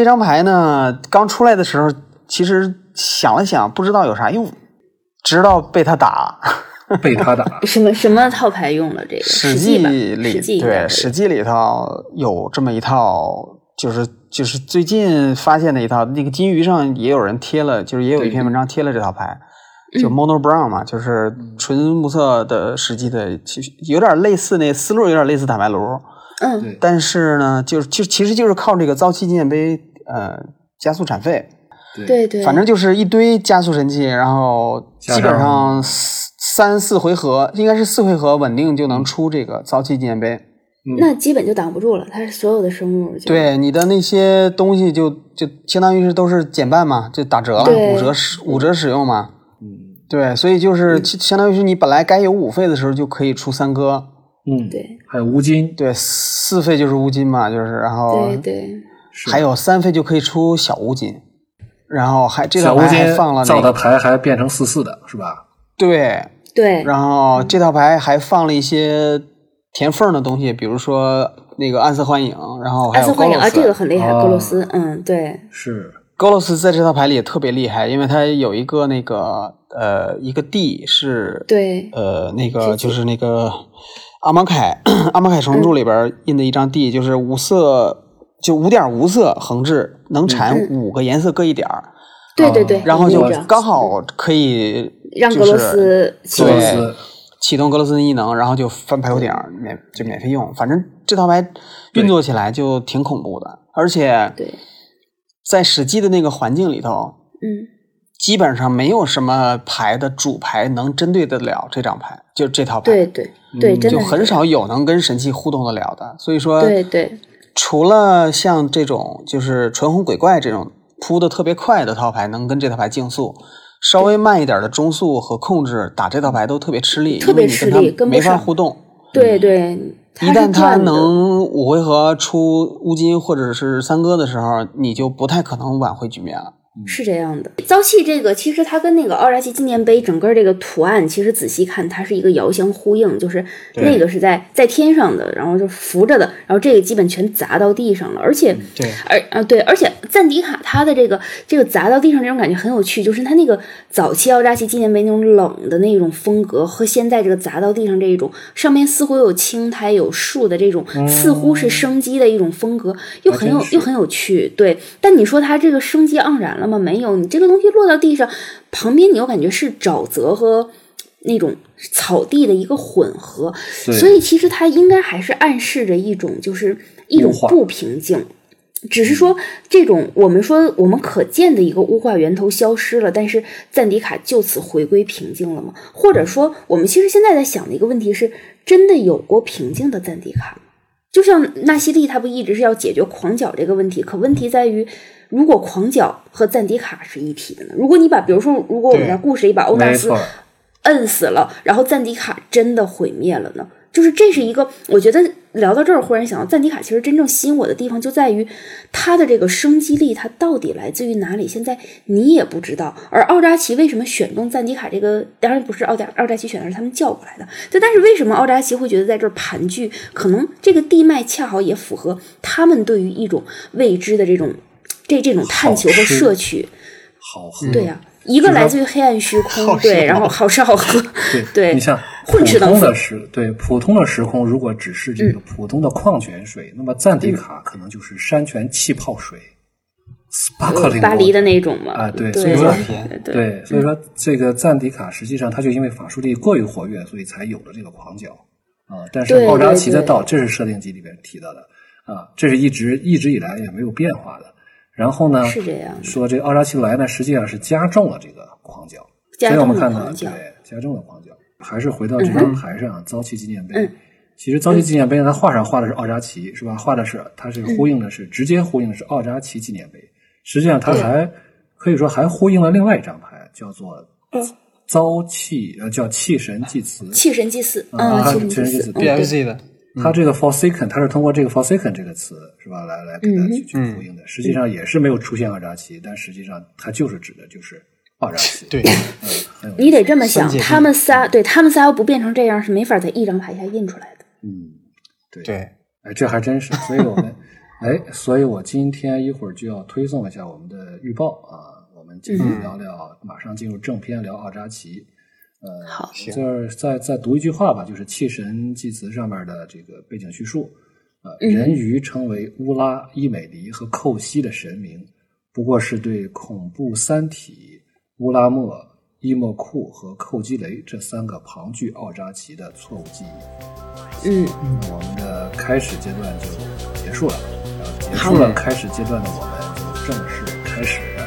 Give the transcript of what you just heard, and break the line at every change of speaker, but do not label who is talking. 这张牌呢，刚出来的时候，其实想了想，不知道有啥用，直到被他打。
被 他打
什么什么套牌用了这个？
史
记吧，
里
史记应
对
该
《
是
史记》里头有这么一套，就是就是最近发现的一套，那个金鱼上也有人贴了，就是也有一篇
对
文章贴了这套牌，
嗯
就 Mono Brown 嘛，就是纯目测的史记的，其实有点类似那思路，有点类似坦白炉，
嗯
对
但是呢，就是就其实就是靠这个早期纪念碑呃加速产废，
对对，
反正就是一堆加速神器，然后
加
基本上
上
四三四回合，应该是四回合稳定就能出这个早期纪念碑。
那基本就挡不住了，它是所有的生物就
对你的那些东西就就相当于是都是减半嘛，就打折了，
对
五折使五折使用嘛。
嗯
对，所以
嗯
就是其相当于是你本来该有五费的时候就可以出三哥，
嗯，
对
还有乌金，
对，四费就是乌金嘛，就是然后
对对，
是
还有三费就可以出小乌金，然后还这
小
套
乌
牌
金
还放了
造
那
的
个
牌还变成四四的是吧？
对，
对
然后这套牌还放了一些填缝的东西，比如说那个暗色幻影，然后还
暗
有高
色幻影
洛斯。
啊，
哦
这个很厉害，
啊
格罗斯，嗯，对，
是，
高洛斯在这套牌里也特别厉害，因为他有一个那个呃一个地是，
对
呃那个就是那个阿芒凯阿芒凯
嗯
神柱里边印的一张地，就是无色就五点无色横置，
嗯
能产五个颜色各一点儿，
对对对，
哦然后就
有这样
刚好可以
让
就
格罗
是
斯起
格罗
对
斯
启动格罗斯的异能，然后就翻排头顶儿免就免费用，反正这套牌运作起来就挺恐怖的，而且
对，
在史记的那个环境里头。
嗯，
基本上没有什么牌的主牌能针对得了这张牌，就这套牌，
对对对，真
嗯就
的是
很少嗯有能跟神器互动得了的。所以说，
对对
除了像这种就是纯红鬼怪这种铺的特别快的套牌能跟这套牌竞速，稍微慢一点的中速和控制打这套牌都特别吃力，
特别
因为你
吃
跟它
力跟不
没法
上
互动。
对对，
嗯一
是
旦他
转的
能五回合出乌金或者是三哥的时候，你就不太可能挽回局面了。
是这样的，糟气这个其实它跟那个奥扎奇纪念碑整个这个图案，其实仔细看它是一个遥相呼应，就是那个是在在天上的，然后就扶着的，然后这个基本全砸到地上了，而且
嗯
对，
而啊对，而且赞迪卡他的这个这个砸到地上这种感觉很有趣，就是他那个早期奥扎奇纪念碑那种冷的那种风格，和现在这个砸到地上这一种上面似乎有青苔有树的这种，似乎是生机的一种风格，又很有
哦真是
又很有趣。对，但你说它这个生机盎然了吗？没有，你这个东西落到地上，旁边你又感觉是沼泽和。那种草地的一个混合，
对
所以其实它应该还是暗示着一种，就是一种
物化嗯
不平静，只是说这种我们说我们可见的一个污化源头消失了，但是赞迪卡就此回归平静了吗？或者说，我们其实现在在想的一个问题是，真的有过平静的赞迪卡吗？就像纳西利，他不一直是要解决狂角这个问题，可问题在于，如果狂角和赞迪卡是一体的呢？如果你把，比如说，如果我们
对
的故事里把欧纳
没
斯
错，
摁死了，然后赞迪卡真的毁灭了呢？就是这是一个，我觉得聊到这儿，忽然想到赞迪卡其实真正吸引我的地方就在于它的这个生机力，它到底来自于哪里？现在你也不知道。而奥扎奇为什么选中赞迪卡这个？当然不是奥扎奥扎奇选的，是他们叫过来的。对，但是为什么奥扎奇会觉得在这儿盘踞？可能这个地脉恰好也符合他们对于一种未知的这种这这种探求和
好吃
摄取。
好喝。
对呀、一个来自于黑暗虚空，对，然后好吃好 喝，对，
你像
混
普
吃等
通
死嗯
的，时对普通的时空，如果只是这个普通的矿泉水，那么赞迪卡可能就是山泉气泡水，sparkling
巴黎
water
的那种嘛，
啊，对，所
对嗯
以说
点甜
对，所以说这个赞迪卡实际上它就因为法术力过于活跃，所以才有了这个狂角啊。但是
对
奥扎
对
奇的
对
道，这是设定集里边提到的啊，这是一直一直以来也没有变化的。然后呢，
是这样的
说这个奥扎奇来呢，实际上是加重了这个狂角，
加
所以我
重
们
的
看到
狂角，
对加重了狂角，还是回到这张牌上、遭气纪念碑。
嗯
其实遭气纪念碑呢，它画上画的是奥扎奇，是吧？画的是它
嗯
是呼应的是、直接呼应的是奥扎奇纪念碑。实际上它还可以说还呼应了另外一张牌，叫做
嗯
遭气呃叫气神祭祀。
气神祭祀，
啊
嗯，气
气神
神
祭
祭
祀
祀，嗯，
B
对
F
对，
Z 的，
它这个 forsaken，它是通过这个 forsaken 这个词是吧，来来给它去去
嗯
呼应的。实际上也是没有出现奥扎奇，但实际上它就是指的就是奥扎奇。
对，
嗯，很有
你得这么
三
想，
姐弟
他们仨，对他们仨要不变成这样，是没法在一张牌下印出来的。
嗯，对
对，
哎，这还真是。所以我们哎，所以我今天一会儿就要推送一下我们的预报啊，我们今
嗯
天聊聊，马上进入正片，聊奥扎奇。呃，
好
行
就是再再读一句话吧，就是《气神祭词》上面的这个背景叙述。呃，
嗯
人鱼称为乌拉、伊美尼和寇西的神明，不过是对恐怖三体、乌拉莫、伊莫库和寇基雷这三个庞巨奥扎奇的错误记忆。
嗯，
那我们的开始呃阶段就结束了，然后结束了
好
开始阶段的我们就正式开始。
嗯